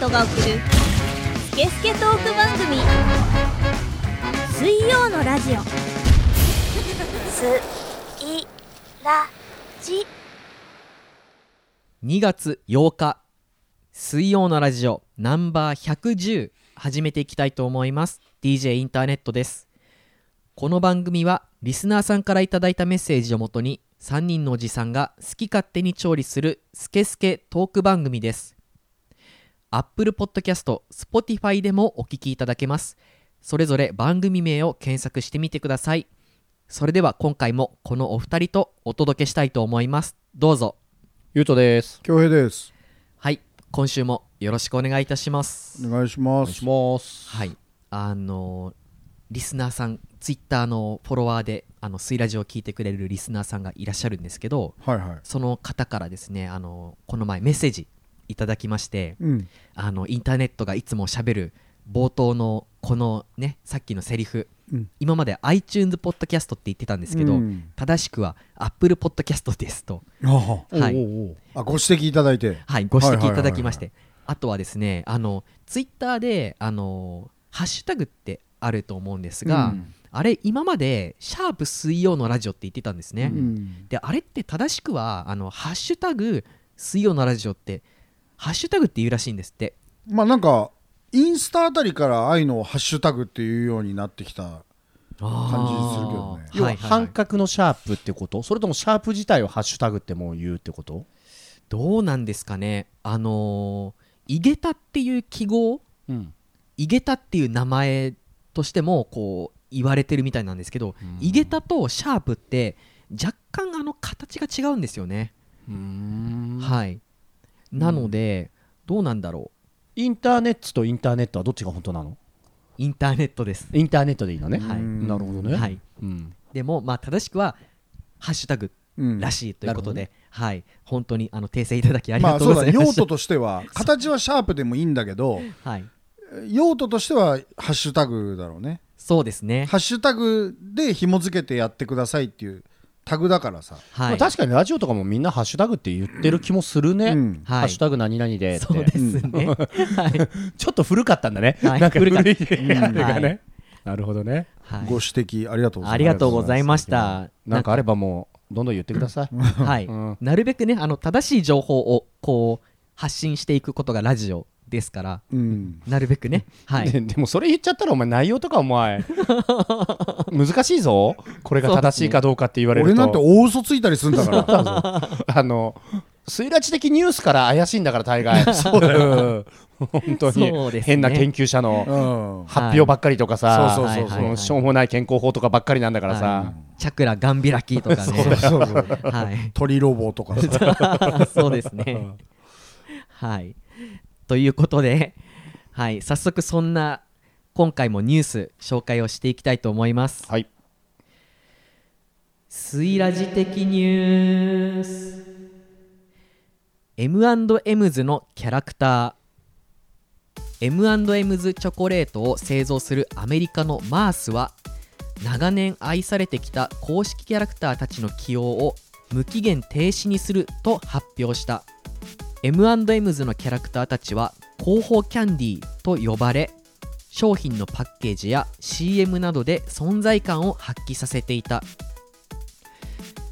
トが送るスケスケトーク番組水曜のラジオすいらじ2月8日水曜のラジオナンバー110始めていきたいと思います DJ インターネットですこの番組はリスナーさんからいただいたメッセージをもとに3人のおじさんが好き勝手に調理するスケスケトーク番組です Apple Podcast、Spotify でもお聞きいただけますそれぞれ番組名を検索してみてくださいそれでは今回もこのお二人とお届けしたいと思いますどうぞゆうとです。恭平です。はい今週もよろしくお願いいたしますお願いしまお願いすし。ます。はいあのリスナーさんツイッターのフォロワーであのスイラジを聞いてくれるリスナーさんがいらっしゃるんですけどはいはい。その方からですねあのこの前メッセージいただきましてうん。あのインターネットがいつもしゃべる冒頭のこのねさっきのセリフうん。今まで iTunes ポッドキャストって言ってたんですけど、うん正しくは Apple ポッドキャストですと、あおうおうはい、おうあ、ご指摘いただいて。はい、ご指摘いただきまして、あとはですね、あのツイッターであのハッシュタグってあると思うんですが、うんあれ、今まで「シャープ水曜のラジオ」って言ってたんですね。うんで、あれって正しくは、あのハッシュタグ水曜のラジオって、ハッシュタグって言うらしいんですって。まあなんか、インスタあたりから愛のハッシュタグっていうようになってきた。感じするけどねあー要はいはいははい半角のシャープってことそれともシャープ自体をハッシュタグってもう言うってことどうなんですかね、あのー、井桁っていう記号、うん。井桁っていう名前としてもこう言われてるみたいなんですけど、うん井桁とシャープって若干あの形が違うんですよね、ははいなので、どうなんだろうい。インターネットとインターネットはどっちが本当なのインターネットです、インターネットでいいのね。はいうんなるほどね。はい、うん。でもまあ正しくは「ハッシュタグうんらしい」ということで、なはい本当にあの訂正いただきありまがあとそううごだざねいま用した、途としては形はシャープでもいいんだけど はい用途としてはハッシュタグだろうねそうですねハッシュタグで紐付けてやってくださいっていうタグだからさはい、まあ確かにラジオとかもみんなハッシュタグって言ってる気もするね。うんはいハッシュタグ何々でって。そうですね、はい、ちょっと古かったんだね。はいなんか古い。古かっあれがはね。なるほどね。はいご指摘ありがとうございますありがとうございましたなんかあればもう、どんどん言ってください。はい、うんなるべくねあの正しい情報をこう発信していくことがラジオですからうんなるべくねはいでで もそれ言っちゃったらお前内容とか お前難しいぞこれが正しいかどうかって言われる俺と、なんて大嘘ついたりするんだからあの水ラチ的ニュースから怪しいんだから大 概そうだよ、ん、本当そうですねに変な研究 者のうん発表ばっかりとかさ、そうそうそうそうのしょうもない健康法とかばっかりなんだからさ、はいチャクラガン開き とかねそうそうはい 鳥ロボとかさそうですねはいということで、はい、早速そんな今回もニュース紹介をしていきたいと思いますはいスイラジ的ニュース M&M ズのキャラクター M&M ズチョコレートを製造するアメリカのマースは長年愛されてきた公式キャラクターたちの起用を無期限停止にすると発表した M&M ズのキャラクターたちは広報キャンディーと呼ばれ商品のパッケージや CM などで存在感を発揮させていた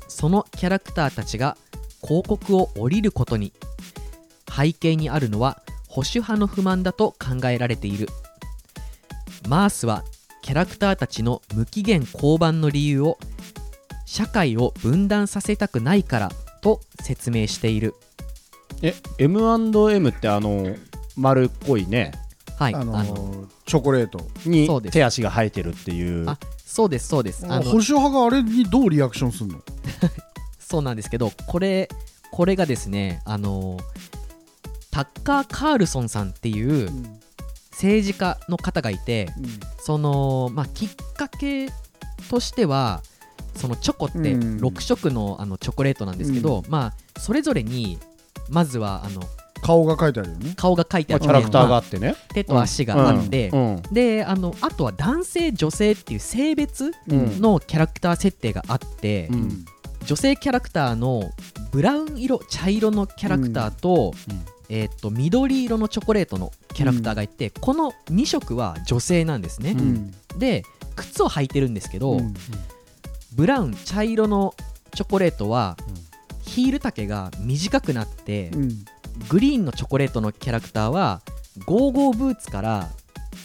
そのキャラクターたちが広告を降りることに背景にあるのは保守派の不満だと考えられているマースはキャラクターたちの無期限降板の理由を社会を分断させたくないからと説明しているえ M&M ってあの丸っこいねはいああののチョコレートにそうです手足が生えてるっていうあそうですそうですああの保守派があれにどうリアクションするのそうなんですけどこれこれがですねあのタッカー・カールソンさんっていう政治家の方がいてその、まあ、きっかけとしてはそのチョコってうん6色のあのチョコレートなんですけど、まあ、それぞれにまずはあの顔が書いてあるよね顔が書いてまあって、あキャラクターがあってね、手と足があって、うんであのあとは男性女性っていう性別うんのキャラクター設定があって、うん女性キャラクターのブラウン色茶色のキャラクターと、うんえーっと緑色のチョコレートのキャラクターがいて、この2色は女性なんですねう、んで靴を履いてるんですけど、うんブラウン茶色のチョコレートは、うんヒール丈が短くなって、うんグリーンのチョコレートのキャラクターはゴーゴーブーツから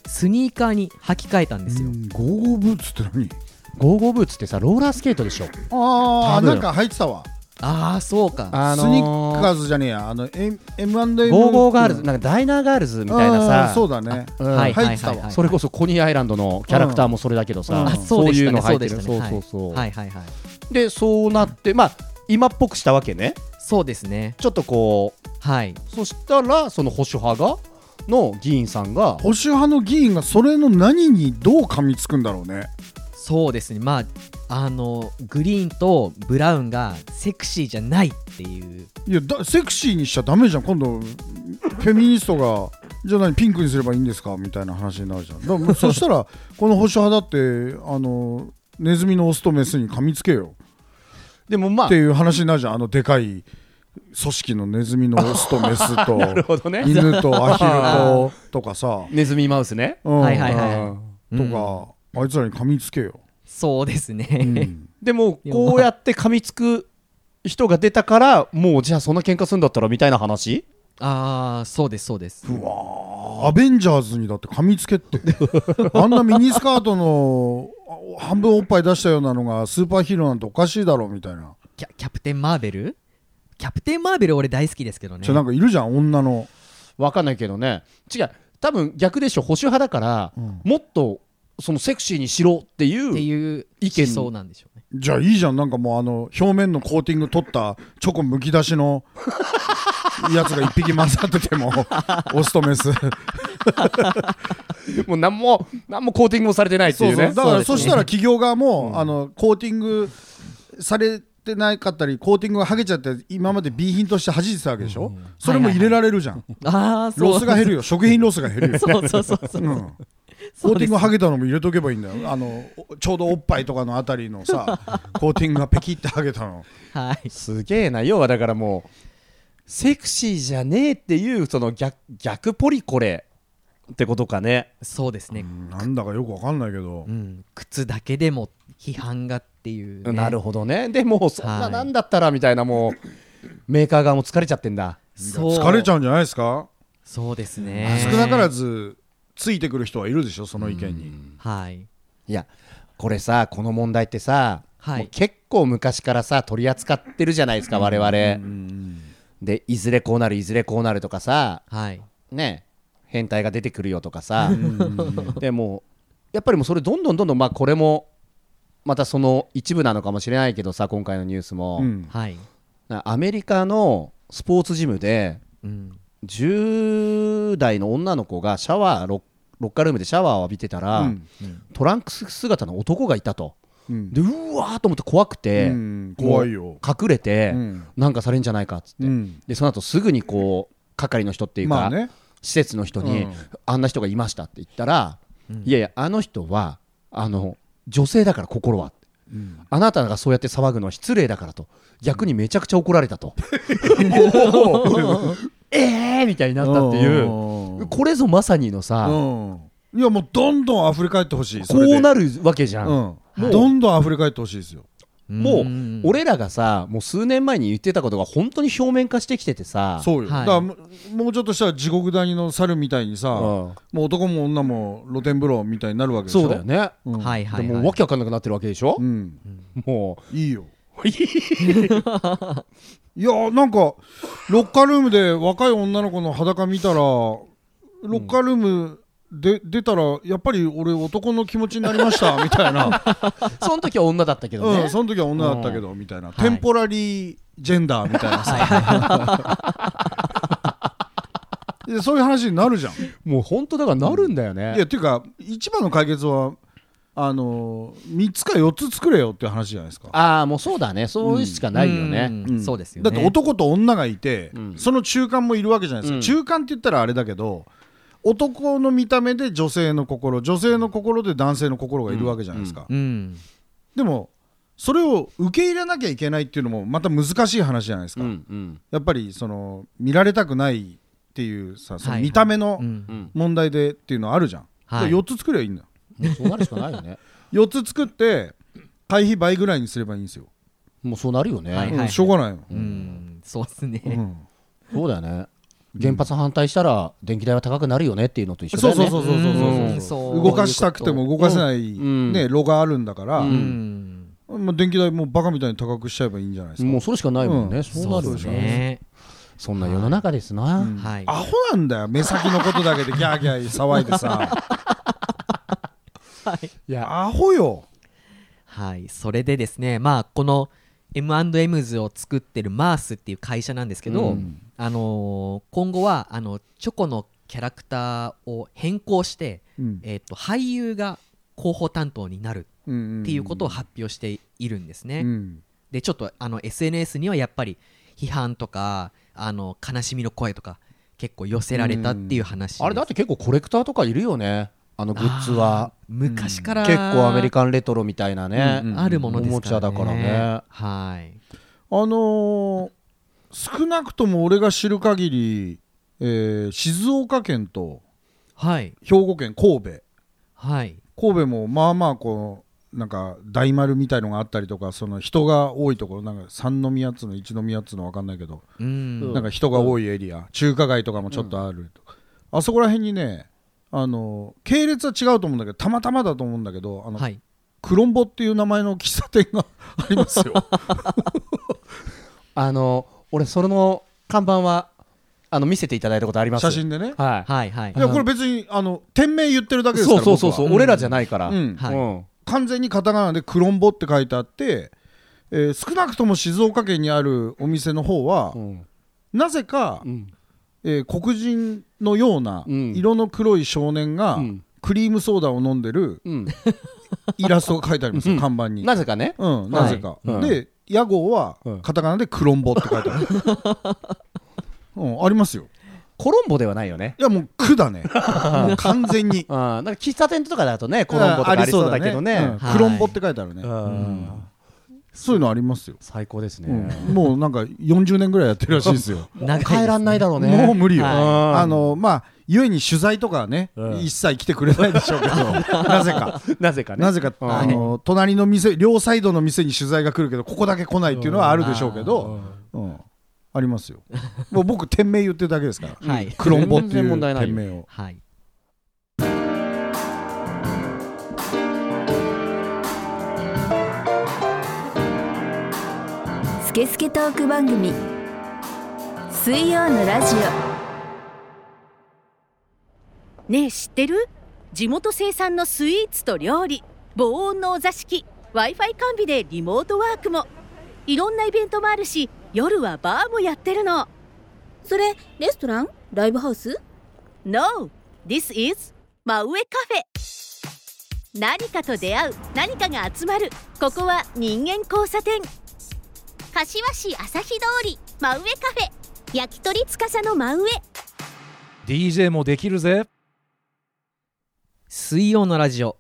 スニーカーに履き替えたんですよ、うんゴーゴーブーツって何ゴーゴーブーツってさローラースケートでしょあ多あ分なんか入ってたわああそうかあのースニッカーズじゃねえやあの M- M&M ゴーゴーガールズなんかダイナーガールズみたいなあさーそうだねうんはい入ってたわはいそれこそコニーアイランドのキャラクターもそれだけどさ、うんあそうでいしうたのね入ってるそうでしたねそうそうそうはいはいはいでそうなってまあ今っぽくしたわけねそうですねちょっとこはいうそしたらその保守派がの議員さんが保守派の議員がそれの何にどう噛みつくんだろうねそうですねまああのグリーンとブラウンがセクシーじゃないっていういやだセクシーにしちゃダメじゃん今度フェミニストがじゃあ何ピンクにすればいいんですかみたいな話になるじゃんだからもうそしたら この保守派だってあのネズミのオスとメスに噛みつけよでもまあっていう話になるじゃんあのでかい組織のネズミのオスとメス なるとほどね犬とアヒルととかさ、ネズミマウスねうんはいはいはいうんとか、あいつらに噛みつけよ、そうですね、でもいやこうやって噛みつく人が出たからもうじゃあそんな喧嘩するんだったらみたいな話 ああそうですそうですアベンジャーズにだって噛みつけって あんなミニスカートのあ半分おっぱい出したようなのがスーパーヒーローなんておかしいだろうみたいな、キャキャプテンマーベルキャプテンマーベル俺大好きですけどねじゃなんかいるじゃん女のわかんないけどね違う多分逆でしょ保守派だから、んもっとそのセクシーにしろっていうっていう意見思想なんでしょうねじゃあいいじゃんなんかもうあの表面のコーティング取ったチョコむき出しのやつが一匹混ざって てもオスとメスもう何も何もコーティングもされてないってそいううそねうだからそうですねそしたら企業側も、あのコーティングされてなかったりコーティングが剥げちゃって今まで B 品として弾いてたわけでしょ、それも入れられるじゃん、ああそうロスが減るよ食品ロスが減るよ、、そうそう そうそううんそコうーテでィンすグ剥げたのも入れとけばいいんだよあのおちょうどおっぱいとかのあたり のさコーティングがペキって剥げたのはいすげえな要はだからもうセクシーじゃねえっていうその逆逆ポリコレってことかねそうですねなんだかよくわかんないけどう、ん靴だけでも批判がっていうねなるほどねでもうそんはないなんだったらみたいなもうメーカー側も疲れちゃってんだそう疲れちゃうんじゃないですか、そうですね少なからずついてくる人はいるでしょその意見に、はいいやこれさこの問題ってさ、はいもう結構昔からさ取り扱ってるじゃないですか我々、でいずれこうなるいずれこうなるとかさはいね変態が出てくるよとかさでもやっぱりもうそれどんどんどんどんまあこれもまたその一部なのかもしれないけどさ今回のニュースも、うんはいなアメリカのスポーツジムでうん10代の女の子がシャワーロロッカールームでシャワーを浴びてたら、うんトランクス姿の男がいたとうんでうわーと思って怖くて、うん怖いよ、隠れて、うんなんかされんじゃないかっつって、うんでその後すぐにこう係の人っていうか、まあね施設の人に、うんあんな人がいましたって言ったら、いやいやあの人はあの女性だから心は、あなたがそうやって騒ぐのは失礼だからと逆にめちゃくちゃ怒られたと、 えーみたいになったっていううんこれぞまさにのさ、うんいやもうどんどん溢れ返ってほしいそこれでうなるわけじゃん、う、もうんどんどん溢れ返ってほしいですよ。もんう俺らがさもう数年前に言ってたことが本当に表面化してきててさそうよ、はいだからももうちょっとしたら地獄谷の猿みたいにさ、うんもう男も女も露天風呂みたいになるわけでしょそうだよ、ね、うんはいはいでもはうわいけわかんなくなってるわけでしょ、うん、もうい いよいやーなんかロッカールームで若い女の子の裸見たらロッカールームで出たらやっぱり俺男の気持ちになりまし たみたいな、その時は女だったけどね、うん、その時は女だったけどみたいな、はいテンポラリージェンダーみたいなさ、でそういう話になるじゃんもう本当だからなるんだよね、いやっていうか一番の解決はあの3つか4つ作れよっていう話じゃないですかああもうそうだねそういうしかないようね、んうんそうですよねだって男と女がいて、うんその中間もいるわけじゃないですか、うん中間って言ったらあれだけど男の見た目で女性の心女性の心で男性の心がいるわけじゃないですか、うんでもそれを受け入れなきゃいけないっていうのもまた難しい話じゃないですうか、んうんやっぱりその見られたくないっていうさそのはい見た目のうんうん問題でっていうのあるじゃん、はいで4つ作りゃいいんだよもうそうなるしかないよね4つ作って会費倍ぐらいにすればいいんですよ、もうそうなるよね、はいうんしょうがないの、うんそうっすね、うんそうだよね原発反対したら電気代は高くなるよねっていうのと一緒だそうよそねうそううそうそうそうんうそうそういうこと動かしたくても動かせない、うんね、炉があるんだから、ううんんまあ、電気代もうバカみたいに高くしちゃえばいいんじゃないですか、もうそれしかないもんね、うそうなるそうっよねすねそんな世の中ですな、うんはいアホなんだよ目先のことだけでギャーギャー騒いで さいやアホよはい、それでですね、まあ、この M&M's を作ってるマースっていう会社なんですけど、うんあのー今後はあのチョコのキャラクターを変更して、うんえっと俳優が広報担当になるっっていうことを発表しているんですね。うんでちょっとあの SNS にはやっぱり批判とかあの悲しみの声とか結構寄せられたっていう話です、あれだって結構コレクターとかいるよねあのグッズはあー昔から、結構アメリカンレトロみたいなね、うんうんあるものですからねおもちゃだからねはいあのー少なくとも俺が知る限り、えー静岡県とはい兵庫県神戸はい神戸もまあまあこうなんか大丸みたいのがあったりとかその人が多いところなんか三宮っつうの一宮っつうの分かんないけど、うんうんなんか人が多いエリア中華街とかもちょっとあると、あそこら辺にねあのー系列は違うと思うんだけどたまたまだと思うんだけどあの、はい、クロンボっていう名前の喫茶店が あります よ。あの俺その看板はあの見せていただいたことあります写真でね。はいはいはいいやこれ別にあの店名言ってるだけですそからうそうそうそう、僕は俺らじゃないから、うんはいうん完全にカタカナで「クロンボ」って書いてあって、えー少なくとも静岡県にあるお店の方は、うんなぜか、うんえー黒人のようなうん色の黒い少年が、うんクリームソーダを飲ん でるうんイラストが書いてありますよ、うん看板に。なぜかねうん、なぜか、はいで屋号はうんカタカナで「クロンボ」って書 いてある、うん、ありますよコロンボではないよねいやもう「く」だねもう完全にあーなんか喫茶店とかだとねコロンボとかありそうだけどねうんはいクロンボって書いてあるね、うんそういうのありますよ、最高ですうんね、もうなんか40年ぐらいやってるらしいですよもう帰らんないだろうねもう無理よ、はいあのまあゆえに取材とかはね、うん一切来てくれないでしょうけ どなぜか なぜかねなぜか、うんあの隣の店両サイドの店に取材が来るけどここだけ来ないっていうのはあるでしょうけど、うんありますよもう僕店名言ってるだけですからはい クロンボってい全然う問題ない店よ名をはいスケスケトーク番組水曜のラジねえ知ってる地元生産のスイーツと料理防音のお座敷 w i f i 完備でリモートワークもいろんなイベントもあるし夜はバーもやってるのオそれレストランライブハウス No! This is 真上カフェ何かと出会う何かが集まるここは人間交差点柏市朝日通り真上カフェ焼き鳥司の真上 DJ もできるぜ水曜のラジオ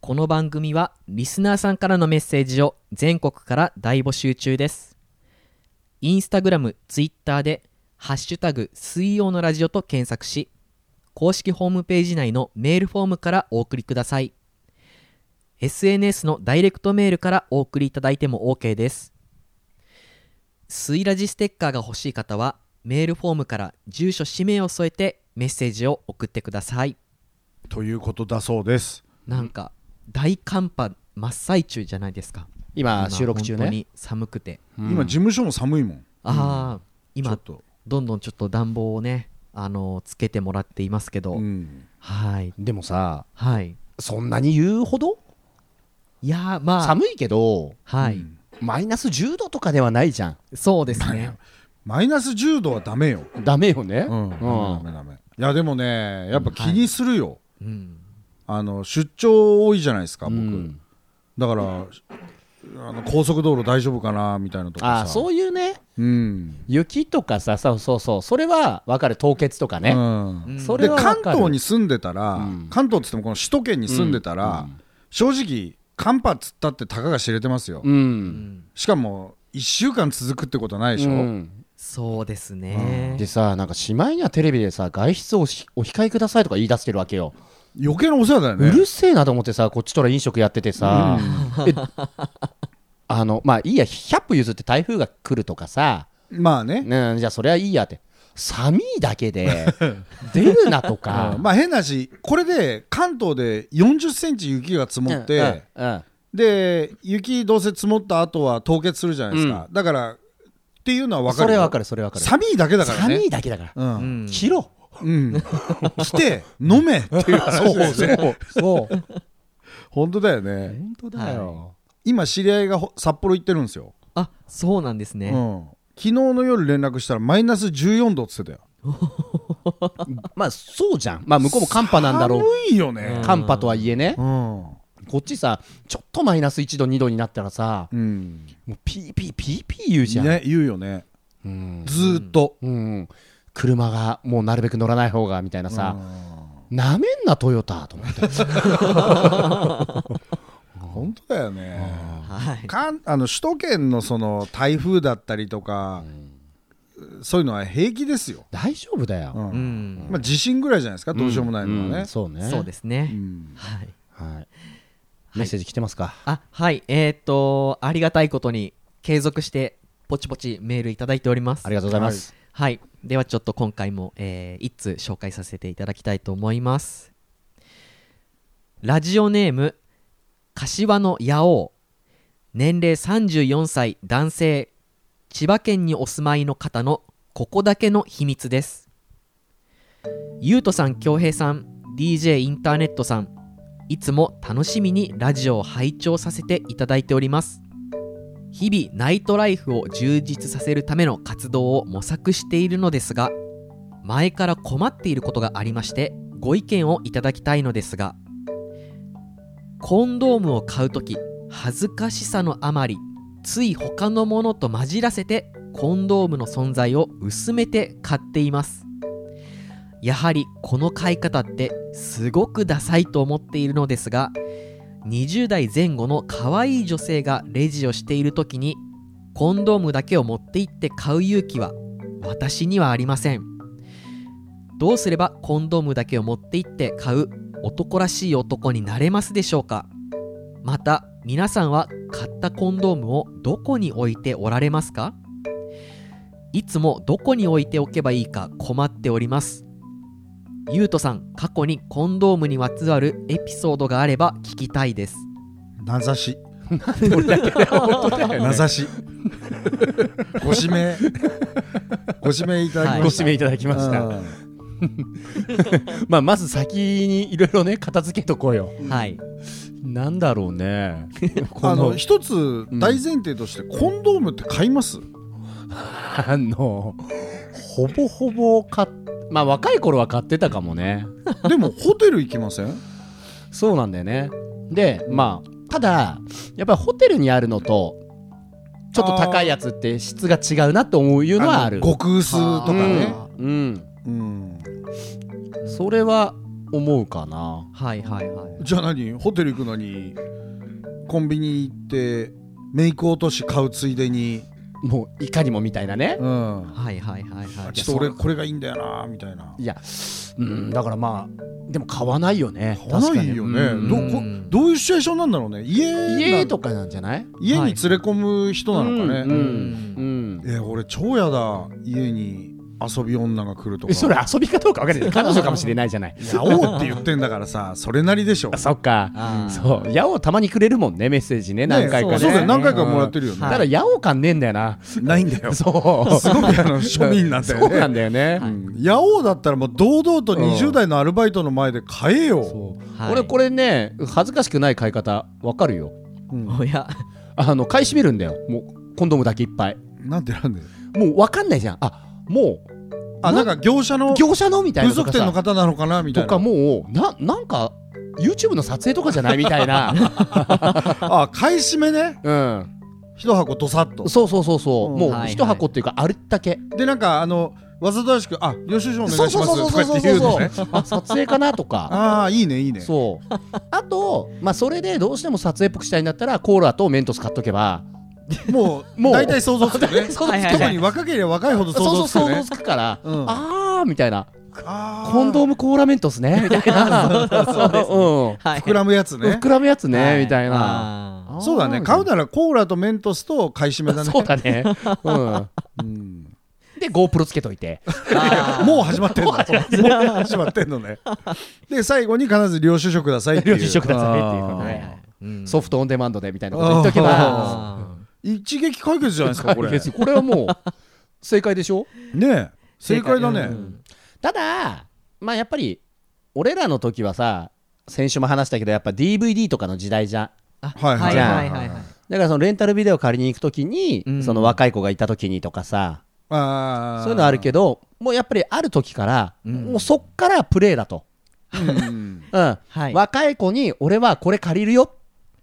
この番組はリスナーさんからのメッセージを全国から大募集中ですインスタグラムツイッターで「ハッシュタグ水曜のラジオ」と検索し公式ホームページ内のメールフォームからお送りください SNS のダイレクトメールからお送りいただいても OK です水ラジステッカーが欲しい方はメールフォームから住所氏名を添えてメッセージを送ってくださいということだそうですなんか大寒波真っ最中じゃないですか今今収録中本当ねに寒くてうん今事務所も寒いもんああ、ちょ今っと、どんどんちょっと暖房をねあのつけてもらっていますけど、うんはいでもさはいそんなに言うほどいやーまあ寒いけどはい、うんマイナス10度とかではないじゃんそうですねマイナス10度はダメよダメよねうん、ダメダメダメいやでもねやっぱ気にするよ、うんあの出張多いじゃないですかう僕、んだからあの高速道路大丈夫かなみたいなとかあさあそういうねうん雪とかさそうそうそうそれは分かる凍結とかうね、んうんそれではわ関かる東に住んでたら、うん関東っつってもこの首都圏に住んでたら、正直寒波っつったってたかが知れてますよ、うんうんしかも1週間続くってことはないでしょ、うんそうですうんねでさなんかしまいにはテレビでさ外出をしお控えくださいとか言い出してるわけよ、余計なお世話だようねるせえなと思ってさこっちとら飲食やっててさ、え あのまあいいや100歩譲って台風が来るとかさ、まあね、ね、じゃあそれはいいやって寒いだけで 出るなとか、まあ変なしこれで関東で4 0ンチ雪が積もって、うんうんで雪どうせ積もった後は凍結するじゃないですか、だからっていうのは分かそるれよわかるそれわかる寒いだけだからね寒いだけだから、ううんん切ろうん、来て飲めっていう話ですねうそう 本当だよね本当だよ、今知り合いがほ札幌行ってるんですよ、あそうなんですね、うん、昨日の夜連絡したらマイナス14度っつってたよまあそうじゃんまあ向こうも寒波なんだろう寒いよね寒波とはいえね、うん、こっちさちょっとマイナス1度2度になったらさうん、もうピーピーピーピー言うじゃん、ね言うよねうんずーっと、うん、車がもうなるべく乗らない方がみたいなさな、めんなトヨタと思って本当だよねはいかんあの首都圏のその台風だったりとか、そういうのは平気ですよ、 大丈夫だよ、ううんうん、まあ、地震ぐらいじゃないですかどうしようもないのはね、うんそうね、そうですすね、うんはいはい、メッセージ来てますか、あはいえっ、ー、とありがたいことに継続してポチポチメールいただいておりますありがとうございます、はい、ではちょっと今回も、えー、1通紹介させていただきたいと思いますラジオネーム柏の八王年齢34歳男性千葉県にお住まいの方のここだけの秘密ですゆうとさん恭平さん DJ インターネットさんいつも楽しみにラジオを拝聴させていただいております日々ナイトライフを充実させるための活動を模索しているのですが前から困っていることがありましてご意見をいただきたいのですがコンドームを買う時恥ずかしさのあまりつい他のものと混じらせてコンドームの存在を薄めて買っていますやはりこの買い方ってすごくダサいと思っているのですが20代前後の可愛い女性がレジをしている時にコンドームだけを持って行って買う勇気は私にはありませんどうすればコンドームだけを持って行って買う男らしい男になれますでしょうかまた皆さんは買ったコンドームをどこに置いておられますかいつもどこに置いておけばいいか困っておりますゆうとさん過去にコンドームにまつわるエピソードがあれば聞きたいです名指し 本当だよ名指しご指名ご指名いただきごまし指名いただきまた、した、うんまあ、まず先にいろいろね片付けとこうよはいなんだろうね こあのの一つ大前提として、コンドームって買いますあのほぼほぼ買っまあ若い頃は買ってたかもねでもホテル行きませんそうなんだよねでまあただやっぱりホテルにあるのとちょっと高いやつって質が違うなと思ういうのはあるの極薄とかね、うん、うんうんそれは思うかなはいはいはいじゃあ何ホテル行くのにコンビニ行ってメイク落とし買うついでに、もういかにもみたいなねうん、はいはいはいはあいちょっと俺これがいいんだよなみたいないやうんだからまあでも買わないよね買わないよね確かにどううんこどういうシチュエーションなんだろうね家なん家とかなんじゃない家に連れ込む人なのかね、うんうんえ俺超やだ家に遊び女が来るとうんかそれ遊びかどうか分かんない彼女かもしれないじゃないやおうって言ってんだからさそれなりでしょあそっかあーそう矢をたまにくれるもんねメッセージね何回かねそうだよ何回かもらってるよね、はいただ矢を感ねえんだよなないんだよす そうごくあの庶民なんだよそうなんねだよね、八王だったらもう堂々とうん20代のアルバイトの前で買えよ、そうはい俺これね恥ずかしくない買い方わかるようんおやあの買い占めるんだよもうコンドームだけいっぱいなんでなんでもうわかんないじゃんあもあなんか業者うの業者のみたいな風とか俗店のさ方なのかなみたいとかなもうななんか YouTube の撮影とかじゃないみたいな、 あ買い占めねうん、一箱どさっとそうそうそうそう、うんもはうい一箱っていうかあれだけ、でなんかあのわざとらしく「あ領収書お願いしそまうす」そうそうとかそうそうそって言ううのねあ撮影かなとかああいいねいいねそうあと、まあ、それでどうしても撮影っぽくしたいんだったらコーラとメントス買っとけばもうもう 大体想像つくよねはいはいはい特に若ければ若いほどそう想そう像つくよ想ね像つくから、うんあーみたいなあーコンドームコーラメントっすねみたい なそうです、はい膨らむやつうんね膨らむやつね、はいみたいなああーそうだねみたい買うならコーラとメントスと買い占めだねそうだね、うん、うんで GoPro つけといてーあーもう始まってんのもう始まってんのねで最後に必ず領収書くださいっていう領収書くださいっていうことあーねうんソフトオンデマンドでみたいなこと言っとけばあ一撃解決じゃないですかこれ解決これはもう正解でしょねえ正解だね、うんただまあやっぱり俺らの時はさ先週も話したけどやっぱ DVD とかの時代じゃーんはいははいいはいはいはいだからそのレンタルビデオ借りに行く時に、うんその若い子がいた時にとかさあそういうのあるけど、どもうやっぱりある時から、うんもうそっからプレイだと、うん うんはい若い子に俺はこれ借りるよ、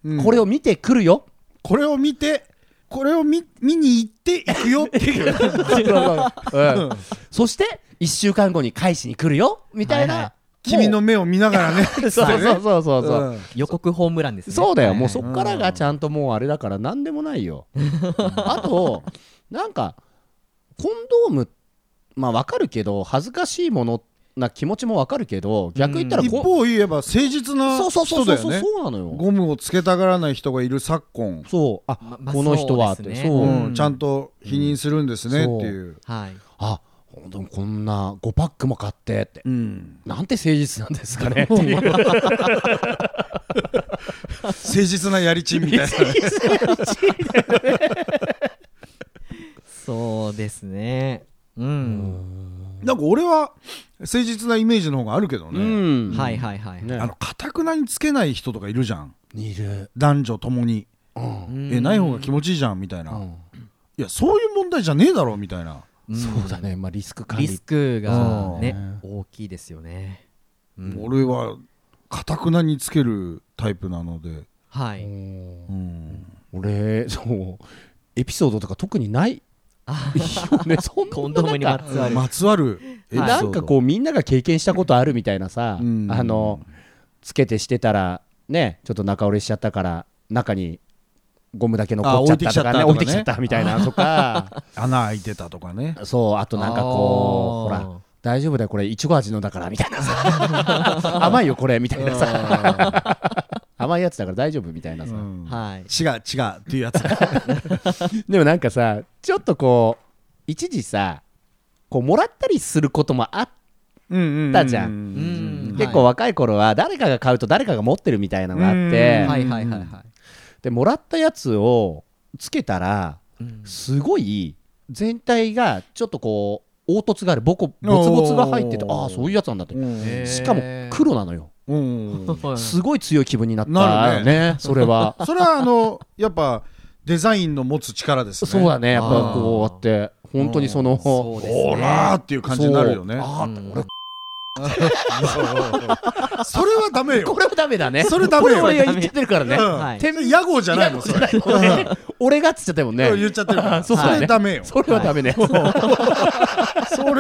うんこれを見てくる よこれを見てこれを見見に行っていくよって いううんそして1週間後に返しに来るよみたいな、はいは君の目を見ながらねそうそうそうそうそう、ん予告ホームランですねそうだよ、はいはもういそっからがちゃんともうあれだから何でもないよ。 あとなんかコンドームまあわかるけど恥ずかしいものな気持ちもわかるけど逆言ったら一こ方を言えば誠実なそうそうそ人うそうだよそうねそうなのよ。ゴムをつけたがらない人がいる昨今、そうあままこの人はっそうてですねそううんちゃんと否認するんですねってうんいう、はいあ本当にこんな5パックも買ってって。うんなんて誠実なんですかねっていう誠実なやりちんみたいな そうですねうんなんか俺は誠実なイメージの方があるけどうね、んはいはいはいねあのかたくなにつけない人とかいるじゃんいる男女ともに、えない方が気持ちいいじゃんみたいな、いやそういう問題じゃねえだろみたいなそうだねまあリスク管リ理スクがねう大きいですよね俺はかたくなにつけるタイプなので、はういんうん、俺そうエピソードとか特にないあよねそんなコンドームにまつわるまつわるエピソードなんかこうみんなが経験したことあるみたいなさ、うんあのつけてしてたらねちょっと中折れしちゃったから中にゴムだけ残っちゃったとかねあ置置いいててききちちゃゃっったみたいなとか 穴開いてたとかねそうあとなんかこうほあーら大丈夫だよこれいちご味のだからみたいなさ甘いよこれみたいなさ甘いやつだから大丈夫みたいなさ、うんはい違う違うっていうやつでもなんかさちょっとこう一時さこうもらったりすることもあっ うんうんうんうんたじゃんうん結構若い頃は誰かが買うと誰かが持ってるみたいなのがあって、うんはいはいはいはいでもらったやつをつけたらうんすごい全体がちょっとこう凹凸があるボコボツボツが入ってておーああそういうやつなんだってうんしかも黒なのようんうんすごい強い気分になったなるよねそれ はそれはあのやっぱデザインの持つ力ですねそうだねやっぱこうやって本当にそのそうですねオラーっていう感じになるよねそうあーうん俺それはダメ よこれはダメだねそれダメよこれ俺言っちゃってるからねうんはいてめえ野号じゃないもんそれ俺がっつっちゃったもんねうん言っちゃってるからそうそだねれダメよそれはダメねそれ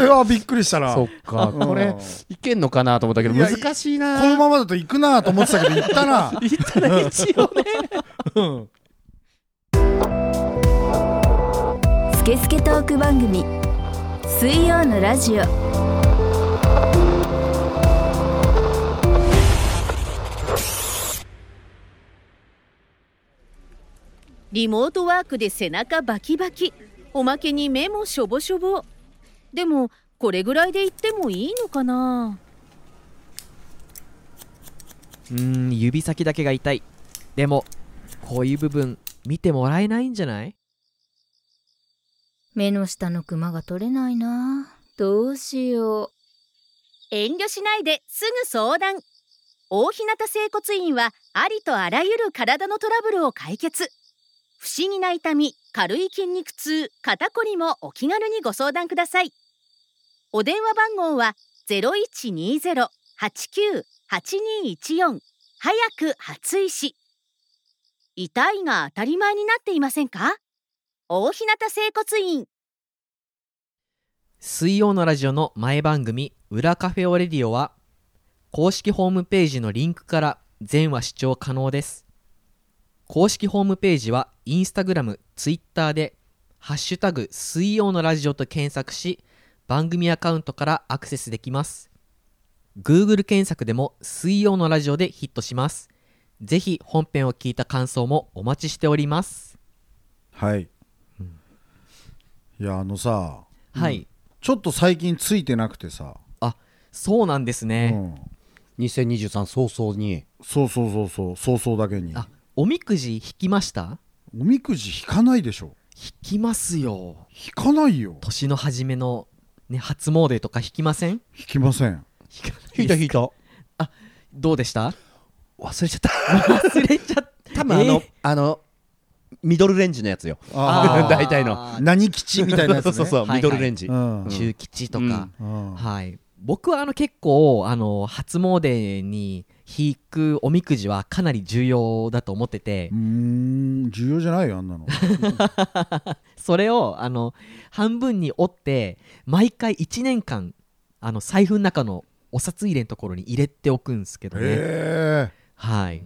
はびっくりしたな そっかうん これいけんのかなと思ったけどいやい難しいこなのままだと行くなと思ってたけど行った な言ったら 一応ねスケスケトーク番組水曜のラジオリモートワークで背中バキバキおまけに目もしょぼしょぼでもこれぐらいで言ってもいいのかなうーん指先だけが痛いでもこういう部分見てもらえないんじゃない目の下のクマが取れないなどうしよ遠慮しないですぐ相談大日向整骨院はありとあらゆる体のトラブルを解決不思議な痛み軽い筋肉痛肩こりもお気軽にご相談くださいお電話番号は0120-89-8214早く初医師痛いが当たり前になっていませんか大日向整骨院水曜のラジオの前番組「裏カフェオレディオ」は公式ホームページのリンクから全話視聴可能です公式ホームページはインスタグラム、ツイッターで「ハッシュタグ水曜のラジオ」と検索し番組アカウントからアクセスできます Google 検索でも「水曜のラジオ」でヒットしますぜひ本編を聞いた感想もお待ちしておりますはい、いやあのさはい、ちょっと最近ついてなくてさ、あそうなんですうね、ん、 2023早々にそうそうそうそうそうそうだけにあおみくじ引きましたおみくじ引かないでしょ引きますよ引かないよ年の初めの、ね、初詣とか引きません引きません引かないです引いた引いたどうでした忘れちゃった忘れちゃった多分あの、あのミドルレンジのやつよあー大体のあ 何吉みたいなや そつ、ね、うそうそはういはいミドルレンジ、うん中吉とか、うんはい僕はあの結構あの初詣に引くおみくじはかなり重要だと思ってて、うーん重要じゃないよあんなのそれをあの半分に折って毎回1年間あの財布の中のお札入れのところに入れておくんですけどね、ええはい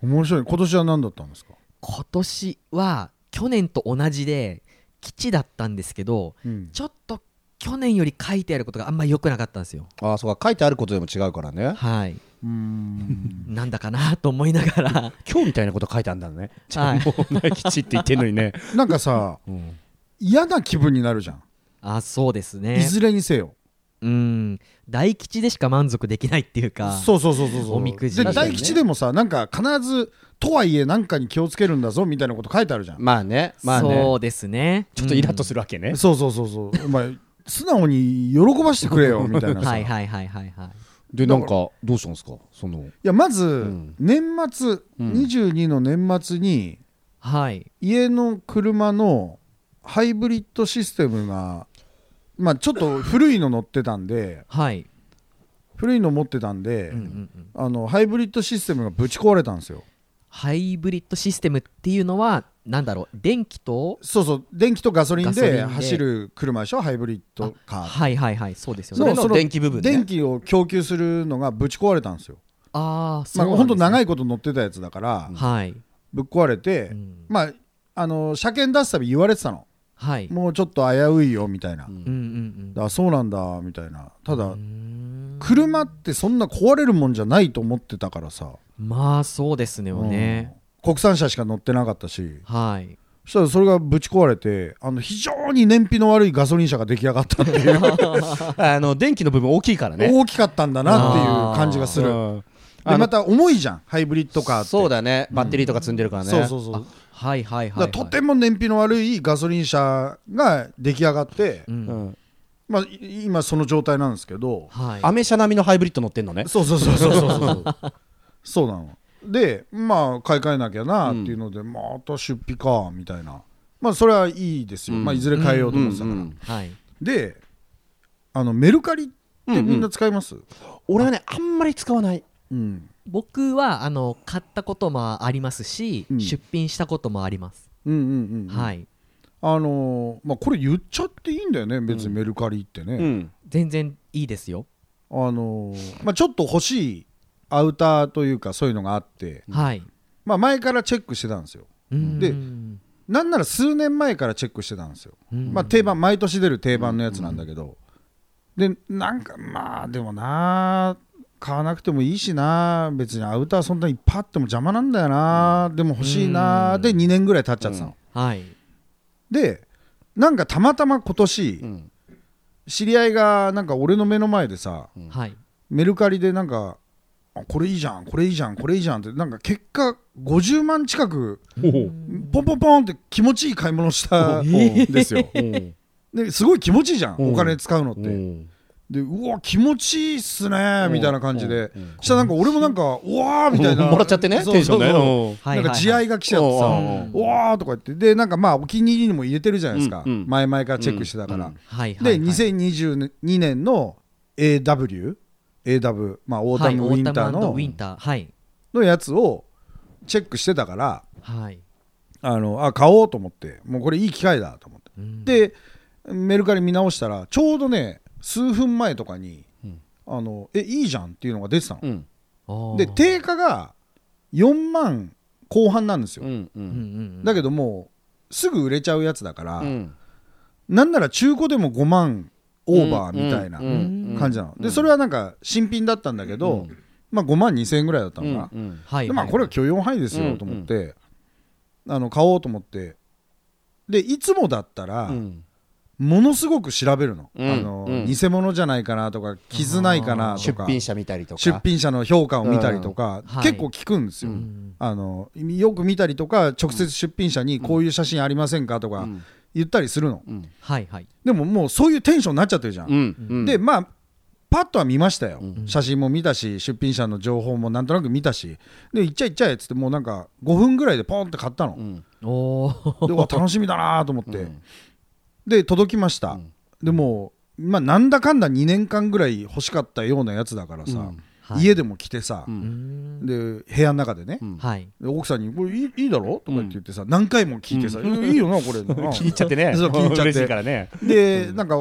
面白い今年は何だったんですか、今年は去年と同じで基地だったんですけどうんちょっと去年より書いてあることがあんま良くなかったんですよああそうか書いてあることでも違うからねはいうーんなんだかなと思いなが ら今日みたいなこと書いてあるんだねはいもうない吉って言ってんのにね、なんかさうん嫌な気分になるじゃん、あそうですいねずれにせようん大吉でしか満足できないっていうかそうそうそうそうそうおみくじで確かに大ね吉でもさなんか必ずとはいえ何かに気をつけるんだぞみたいなこと書いてあるじゃ ん、まあねまあねそうですねちょっとイラッとするわけね、そうそうそうそう お前素直に喜ばしてく れよみたいうんなさはいはいはいはいはいでなんかどうしたんですかそのいやまず、ん年末、22の年末にはい家の車のハイブリッドシステムが、まあ、ちょっと古いの乗ってたんではい古いの持ってたんで、うんうんうんあのハイブリッドシステムがぶち壊れたんですよハイブリッドシステムっていうのはなんだろう電気とそうそう電気とガソリンガソリンでで走る車でしょハイブリッドカーってはいはいはいそうですよそねうその気部電気を供給するのがぶち壊れたんですよああそまうあなんですね本当長いこと乗ってたやつだから、はいぶっ壊れて、んまああの車検出すたび言われてたのはいもうちょっと危ういよみたいな、うんうんあそうなんだみたいなただうんうーん車ってそんな壊れるもんじゃないと思ってたからさ、まあそうですよねうん国産車しか乗ってなかったしはいそしたらそれがぶち壊れてあの非常に燃費の悪いガソリン車が出来上がったっていう あの電気の部分大きいからね大きかったんだなっていう感じがするうんでまた重いじゃんハイブリッドカーってそうだねバッテリーとか積んでるからね、そうそうそうだかはいはいはいはらいとても燃費の悪いガソリン車が出来上がって、うんうんまあ、い今その状態なんですけどはいアメ車並みのハイブリッド乗ってんのねそうそうそうそうそ うそうそうなのでまあ買い替えなきゃなっていうので、また出費かみたいなまあそれはいいですよ、うんまあ、いずれ変えようと思ってたから、うんうんうんはいであのメルカリってみんな使います、うん俺はねあんまり使わない僕はあの買ったこともありますし、うん出品したこともあります、うんうんうんうんはいあのーまあこれ言っちゃっていいんだよね別にメルカリってね、ん全然いいですよ、あのーまあ、ちょっと欲しいアウターというかそういうのがあって、はい、まあ、前からチェックしてたんですようんでなんなら数年前からチェックしてたんですよ、うんまあ、定番毎年出る定番のやつなんだけど、でなんかまあでもな買わなくてもいいしな別にアウターそんなにいっぱいあっても邪魔なんだよな、でも欲しいな、うんで2年ぐらい経っちゃってたの、はいでなんかたまたま今年、ん知り合いがなんか俺の目の前でさ、はいメルカリでなんかあこれいいじゃんこれいいじゃんこれいいじゃんってなんか結果50万近くポンポンポンって気持ちいい買い物したんですよ。ですごい気持ちいいじゃんうんお金使うのって。でうわ気持ちいいっすねみたいな感じでしたらなんか俺もなんかうわーみたいなもらっちゃってねそうテンションねそうそううはんいはいはいなんか慈愛が来ちゃってさう「うわー」とか言ってでなんかまあお気に入りにも入れてるじゃないですかうんうん前々からチェックしてたからはいはいはでい2022年の AW AW まあオータムはウいィンターオタムウィのンターはいのやつをチェックしてたからはい、あのあ買おうと思ってもうこれいい機会だと思ってうんでメルカリ見直したらちょうどね数分前とかにあのえいいじゃんっていうのが出てたのうんあーで定価が4万後半なんですよ、うんううんうんんだけどもうすぐ売れちゃうやつだから、うんなんなら中古でも5万オーバーみたいなうんうんうん感じなの、でそれはなんか新品だったんだけど、まあ5万2000円ぐらいだったのかな、うんうんはいでまあこれは許容範囲ですうんうよんと思って、あの買おうと思ってでいつもだったら、うんものすごく調べるの,、うんあのうん偽物じゃないかなとか傷ないかなと出か品者見たりとか出品者の評価を見たりとか、うん結構聞くんですよ、あのよく見たりとか直接出品者にこういう写真ありませんかとかうん言ったりするの、うんはいはいでももうそういうテンションになっちゃってるじゃん、うんうんでまあパッとは見ましたよ、うん写真も見たし出品者の情報もなんとなく見たしで行っちゃえ行っちゃえっつってもうなんか5分ぐらいでポンって買ったのう、んおーでうわ楽しみだなと思って、うんで届きました、うんでもう、まあ、なんだかんだ2年間ぐらい欲しかったようなやつだからさ、うんはい家でも着てさ、ううーんで部屋の中でね、うんはいで奥さんに「これいいいいだろ?」とかって言ってさ、何回も聞いてさ「いいよなこれ」気に入っちゃってねそう気に入っちゃって嬉しいからねで、なんか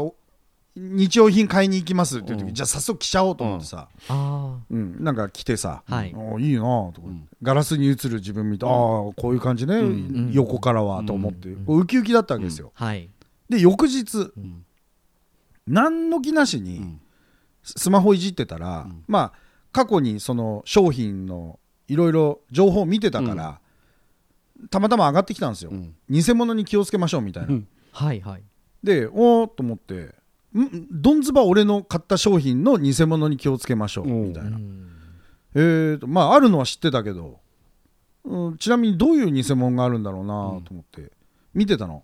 日用品買いに行きますっていう時、うんじゃあ早速着ちゃおうと思ってさ、あうんなんか着てさ「はいおいいな」とか、うんガラスに映る自分見て「ああこういう感じね、ん横からは」と思って、こうウキウキだったわけですよ。ーはいで翌日、ん何の気なしうにんススマホいじってたうら、んまあ過去にその商品のいろいろ情報を見てたから、たまたま上がってきたんですよ、うん偽物に気をつけましょうみたいな、うんはいはいでおーっと思ってんどんずば俺の買った商品の偽物に気をつけましょうみたいな、うんえーとまああるのは知ってたけど、うん、ちなみにどういう偽物があるんだろうなと思って見てたの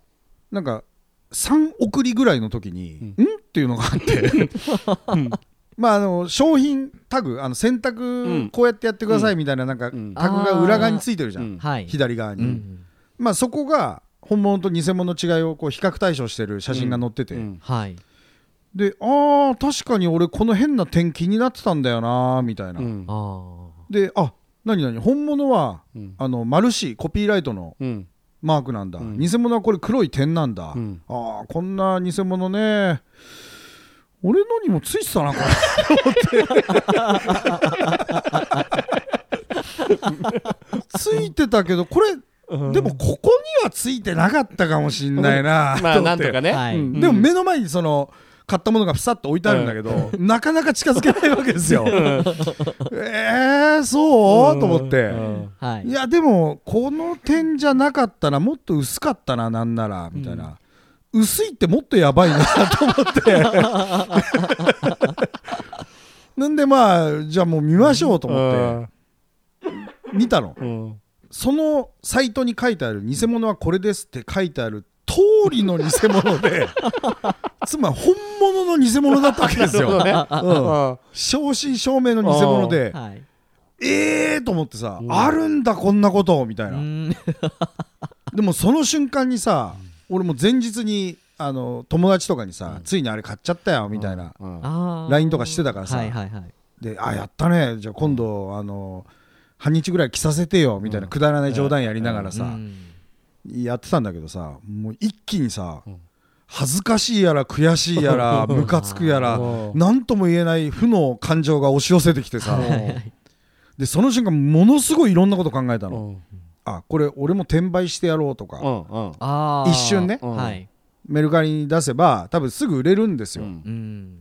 なんか3送りぐらいの時に「ん?」っていうのがあって、 まああの商品タグあの選うん択こうやってやってくださいみたいななんかうんタグが裏側についてるじゃん、うんはい左側に、うんまあそこが本物と偽物の違いをこう比較対象してる写真が載ってて、うんはいであー確かに俺この変な点気になってたんだよなみたいな、うんあーであ何何本物は、うんあのマルシーコピーライトのうんマークなんだ、うん偽物はこれ黒い点なんだ、うんあーこんな偽物ね俺のにもついてたなこれついてたけどこれ、でもここにはついてなかったかもしんないな、まとあ思なっんてとかねはいうんでも目の前にその買ったものがふさっと置いてあるんだけど、なかなか近づけないわけで すよ。えー、そう、と思って、はいいやでもこの点じゃなかったらもっと薄かったななんならみたいな、薄いってもっとやばいなと 思ってなんでまあじゃあもう見ましょうと思って見たのうんそのサイトに書いてある偽物はこれですって書いてある通りの偽物でつまり本物の偽物だったわけですそうよねうん正真正銘の偽物ではいえーと思ってさ、んあるんだこんなことみたいうな、んでもその瞬間にさ、俺も前日にあの友達とかにさ、ついにあれ買っちゃったよみたいな、うんうんあー LINE とかしてたからさはいはいはいであやったねじゃあ今度あの半日ぐらい着させてよみたいな、くだらない冗談やりながらさ、うんやってたんだけどさもう一気にさ、恥ずかしいやら悔しい やらムカつくやらうん何とも言えない負の感情が押し寄せてきてさでその瞬間ものすごいいろんなこと考えたうの、んあこれ俺も転売してやろうとか、うんあー一瞬ねうんはいメルカリに出せば多分すぐ売れるんですよ、うんうん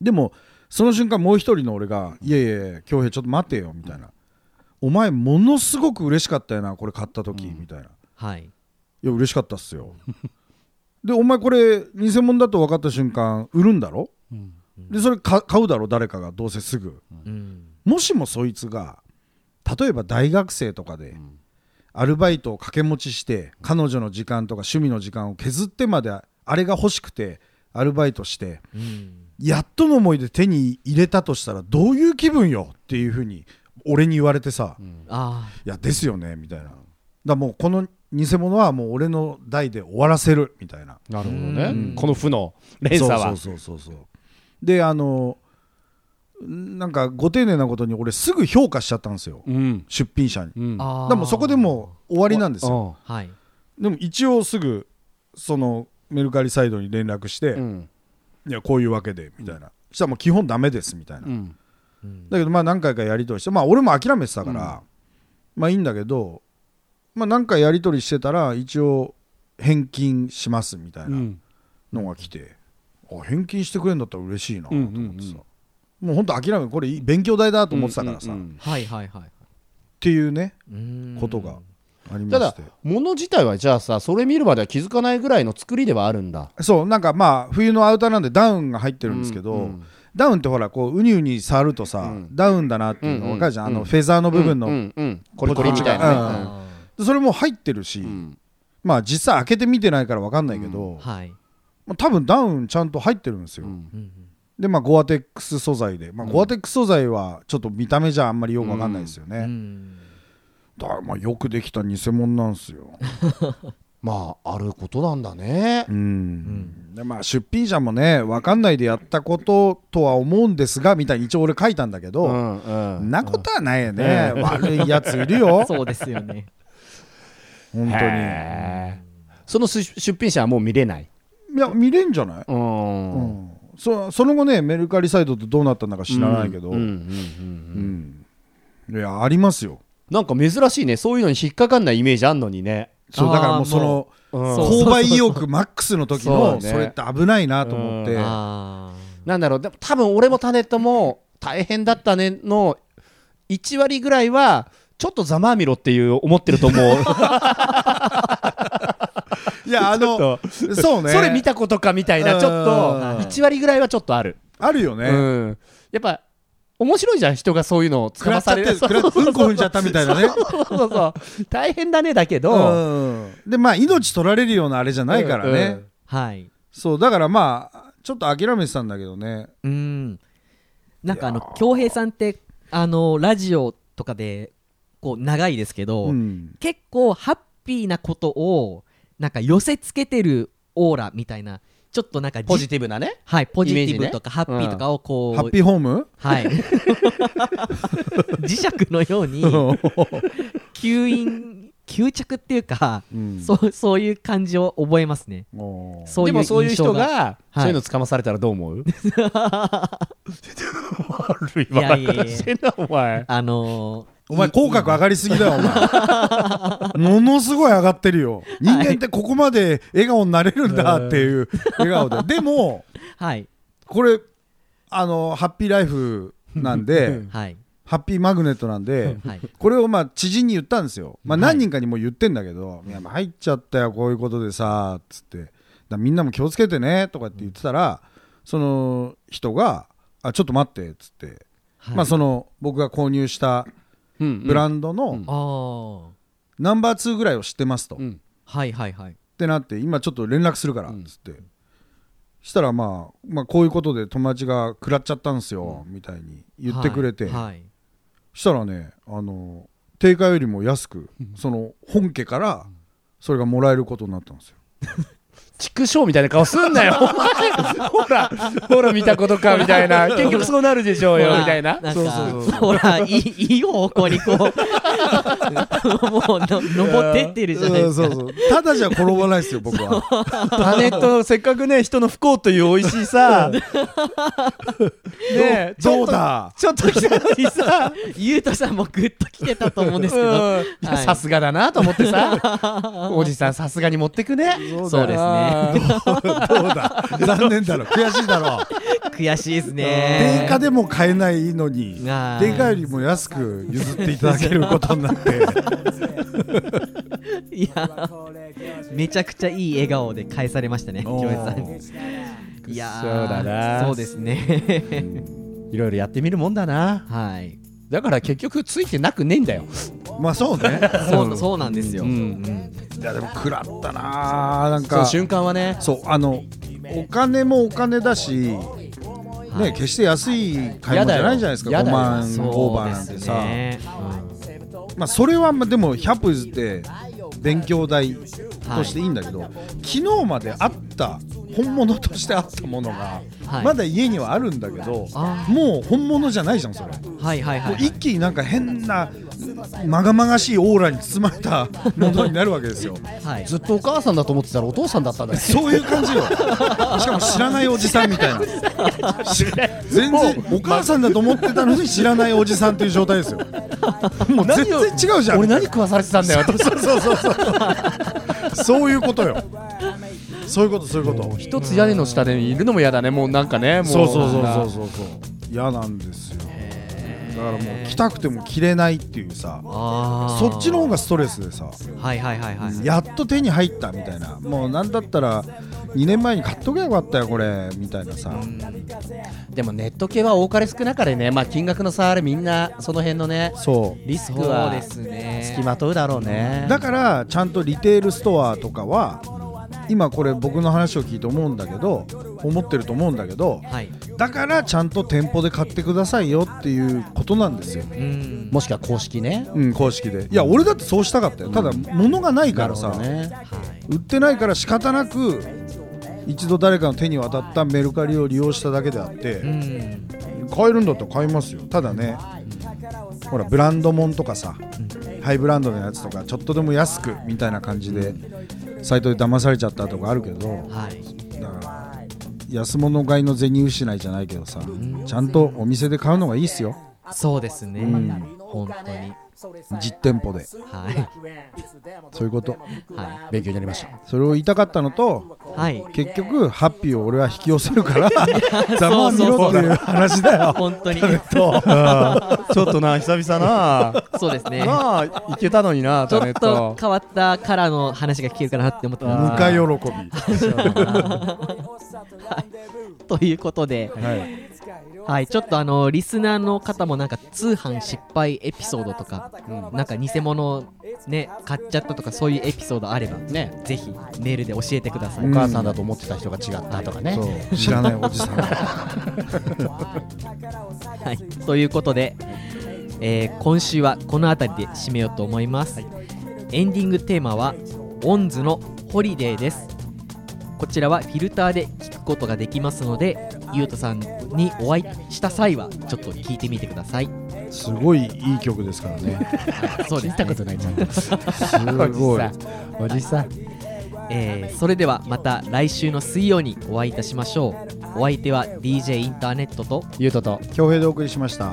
でもその瞬間もう一人の俺が「いやいやいや恭平ちょっと待てよ」みたいな「お前ものすごく嬉しかったよなこれ買った時」みたいな「いはいや嬉しかったっすよ」でお前これ偽物だと分かった瞬間売るんだろうんでそれか買うだろ誰かがどうせすぐうんもしもそいつが例えば大学生とかでんアルバイトを掛け持ちして彼女の時間とか趣味の時間を削ってまであれが欲しくてアルバイトしてうんやっとの思いで手に入れたとしたらどういう気分よっていうふうに俺に言われてさ「いあやですよね」みたいなだからもうこの偽物はもう俺の代で終わらせるみたいななるほどね、うんこの負の連鎖はそうそうそうそうそうであのなんかご丁寧なことに俺すぐ評価しちゃったんですようん出品者にうだかんーあーらもうそこでもう終わりなんですよはいでも一応すぐそのメルカリサイドに連絡して、うんいやこういうわけでみたいな、そしたらもう基本ダメですみたいな、うんだけどまあ何回かやり取りしてまあ俺も諦めてたから、まあいいんだけどまあ、なんかやり取りしてたら一応返金しますみたいなのが来て、あ返金してくれるんだったら嬉しいなと思ってさ、もう本当諦めてこれいい勉強代だと思ってたからさ、うんうんうっんはいはいはいていうねうーんことがありまたしだて物自体はじゃあさそれ見るまでは気づかないぐらいの作りではあるんだそうなんかまあ冬のアウターなんでダウンが入ってるんですけど、うんうんダウンってほらこうウニウニ触るとさ、うんダウンだなっていうの分かるじゃうん、んうんあのフェザーの部分の、うんうんうんコリコリみたいなねあでそれも入ってるし、うんまあ実際開けてみてないから分かんないけど、ーはい、まあ、多分ダウンちゃんと入ってるんですよ、うんうんでまあゴアテックス素材で、まあ、うんゴアテックス素材はちょっと見た目じゃあんまりよく分かんないですよね、うんうんだからまあよくできた偽物なんですよ、まああることなんだねうんでまあ出品者もね分かんないでやったこととは思うんですがみたいに一応俺書いたんだけど、うんうんなことはないよね、悪いやついるよ そうですよね本当にへーその出出品者はもう見れないいや見れんじゃない、ううんんそその後ねメルカリサイトってどうなったんだか知らないけど、うんうんうんうんうんいやありますよなんか珍しいねそういうのに引っかかんないイメージあんのにねそうだからもうそのうんそう購買意欲マックスの時そのそうねれって危ないなと思って、うんあなんだろうでも多分俺もタネットも大変だったねの1割ぐらいはちょっとざまあみろっていう思ってると思ういやあちょのっとそうねそれ見たことかみたいなちょっとうん1割ぐらいはちょっとある、あるよね、うん、やっぱ面白いじゃん人がそういうのをつ食からっちさゃっれてるそう食らっうんこ踏んじゃったみたいなねそうそうそう大変だねだけど、うんでまあ命取られるようなあれじゃないからね、うんーはいそうだからまあちょっと諦めてたんだけどねうんなんかあの恭平さんってあのラジオとかでこう長いですけど、うん結構ハッピーなことをなんか寄せつけてるオーラみたいなちょっとなんかじポジティブなねはい、ポジティイメージねブとかハッピーとかをこう、ハッピーホームはい 磁石のよう に吸引吸着っていうか、うんそうそういう感じを覚えますねおーそういでう印象がもそういう人がはいそういうのつかまされたらどう思う 悪いいやいやいや笑い方してんなお前あのお前口角上がりすぎだよお 前ものすごい上がってるよ人間ってここまで笑顔になれるんだっていう笑顔ででもーはいこれあのハッピーライフなんではいハッピーマグネットなんではいこれをまあ知人に言ったんですよ、まあ、はい何人かにも言ってんだけど「い、やまあ入っちゃったよこういうことでさ」つってだからみんなも気をつけてね」とかって言ってたら、その人が「あちょっと待って」っつって、はいまあ、その僕が購入したブブランドの、うんあーナンバー2ぐらいを知ってますと、うんっはいはいはいてなって今ちょっと連絡するからうんつって、したら、まあ、まあこういうことで友達が食らっちゃったんですよ、みたいに言ってくれて、はいはいしたらねあの定価よりも安く、その本家からそれがもらえることになったんですよ畜生みたいな顔すんな よ、お前。ほら、ほら見たことか、みたい な。結局そうなるでしょうよ、みたいな。んかほらいいいい方向にこう もうの登ってってるじゃないですか、うんそうそうただじゃ転ばないですよ僕はタネット、せっかくね、人の不幸という美味しい さ。ねえ、ちょどっうと、だちょっと来たのにさ。ゆうとさんもグッと来てたと思うんですけど、うんはいさすがだなと思って さ。おじさん、さすがに持ってくね。そうですねどうだ残念だろ悔しいだろ悔しいです定ね価でも買えないのにあー定価よりも安く譲っていただけることになっていやめちゃくちゃいい笑顔で返されましたねおー京平さんにいやーそうだなそうですね いろいろやってみるもんだな。はいだから結局、ついてなくねえんだよ。まあそうねそうそうなんですよ、うんうんいやでも食らったなあなんそのか瞬間はね。そうあのお金もお金だし、はね、い決して安い買い物じゃないじゃないですかや5だよ万そうオーバーなんてですさ、ねまあ、それはまあでも100歩譲って勉強代としていいんだけど、昨日まであった本物としてあったものが、はいまだ家にはあるんだけどあもう本物じゃないじゃんそれ。うんはいはいはい、一気になんか変なまがまがしいオーラに包まれたものになるわけですよはいずっとお母さんだと思ってたらお父さんだったんだよそういう感じよしかも知らないおじさんみたいなし全然お母さんだと思ってたのに知らないおじさんという状態ですよもう全然違うじゃん俺何食わされてたんだよそうそうそうそうそういうことよそういうことそういうこと一つ屋根の下でいるのも嫌だねもうなんかねもうそうそうそうそうそうそう嫌なんですよだからもう来たくても着れないっていうさあそっちの方がストレスでさがはいはいはいはいやっと手に入ったみたいなもうなんだったら2年前に買っとけばよかったよこれみたいなさでもネット系は多かれ少なかれねまあ金額の差あれみんなその辺のねそうリスクそうはですね付きまとうだろうねだからちゃんとリテールストアとかは今これ僕の話を聞いて思うんだけど思ってると思うんだけどはいだからちゃんと店舗で買ってくださいよっていうことなんですよ、うんもしくは公式ねうん、公式でいや俺だってそうしたかったよただ物がないからさ、ねはい売ってないから仕方なく一度誰かの手に渡ったメルカリを利用しただけであって、うん買えるんだったら買いますよただね、ほらブランドもんとかさ、ハイブランドのやつとかちょっとでも安くみたいな感じで、サイトで騙されちゃったとかあるけどはいだから安物買いの銭失いじゃないけどさ、ちゃんとお店で買うのがいいっすよそうですねうん本当に実店舗ではいそういうことは勉強になりましたそれを言いたかったのといはい結局ハッピーを俺は引き寄せる からざまあみろっていう話だ よ本当に ちょっとな久々なそうですねなあいけたのになちタょネっッとト変わったカラーの話が聞けるかなって思ったんぬでか喜びすけどはいということで、はいはい、ちょっとあのリスナーの方もなんか通販失敗エピソードとか、なんか偽物ね買っちゃったとかそういうエピソードあればねぜひメールで教えてください、お母さんだと思ってた人が違ったとかねそう知らないおじさんはい、ということで、えー今週はこの辺りで締めようと思います、エンディングテーマはオンズのホリデーですこちらはフィルターで聞くことができますのでゆうとさんにお会いした際はちょっと聞いてみてくださいすごいいい曲ですからね そうです、ね、ないちゃんとすごい。おじさんえーそれではまた来週の水曜にお会いいたしましょうお相手は DJ インターネットとゆうとと恭平でお送りしました。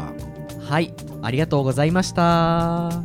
はいありがとうございました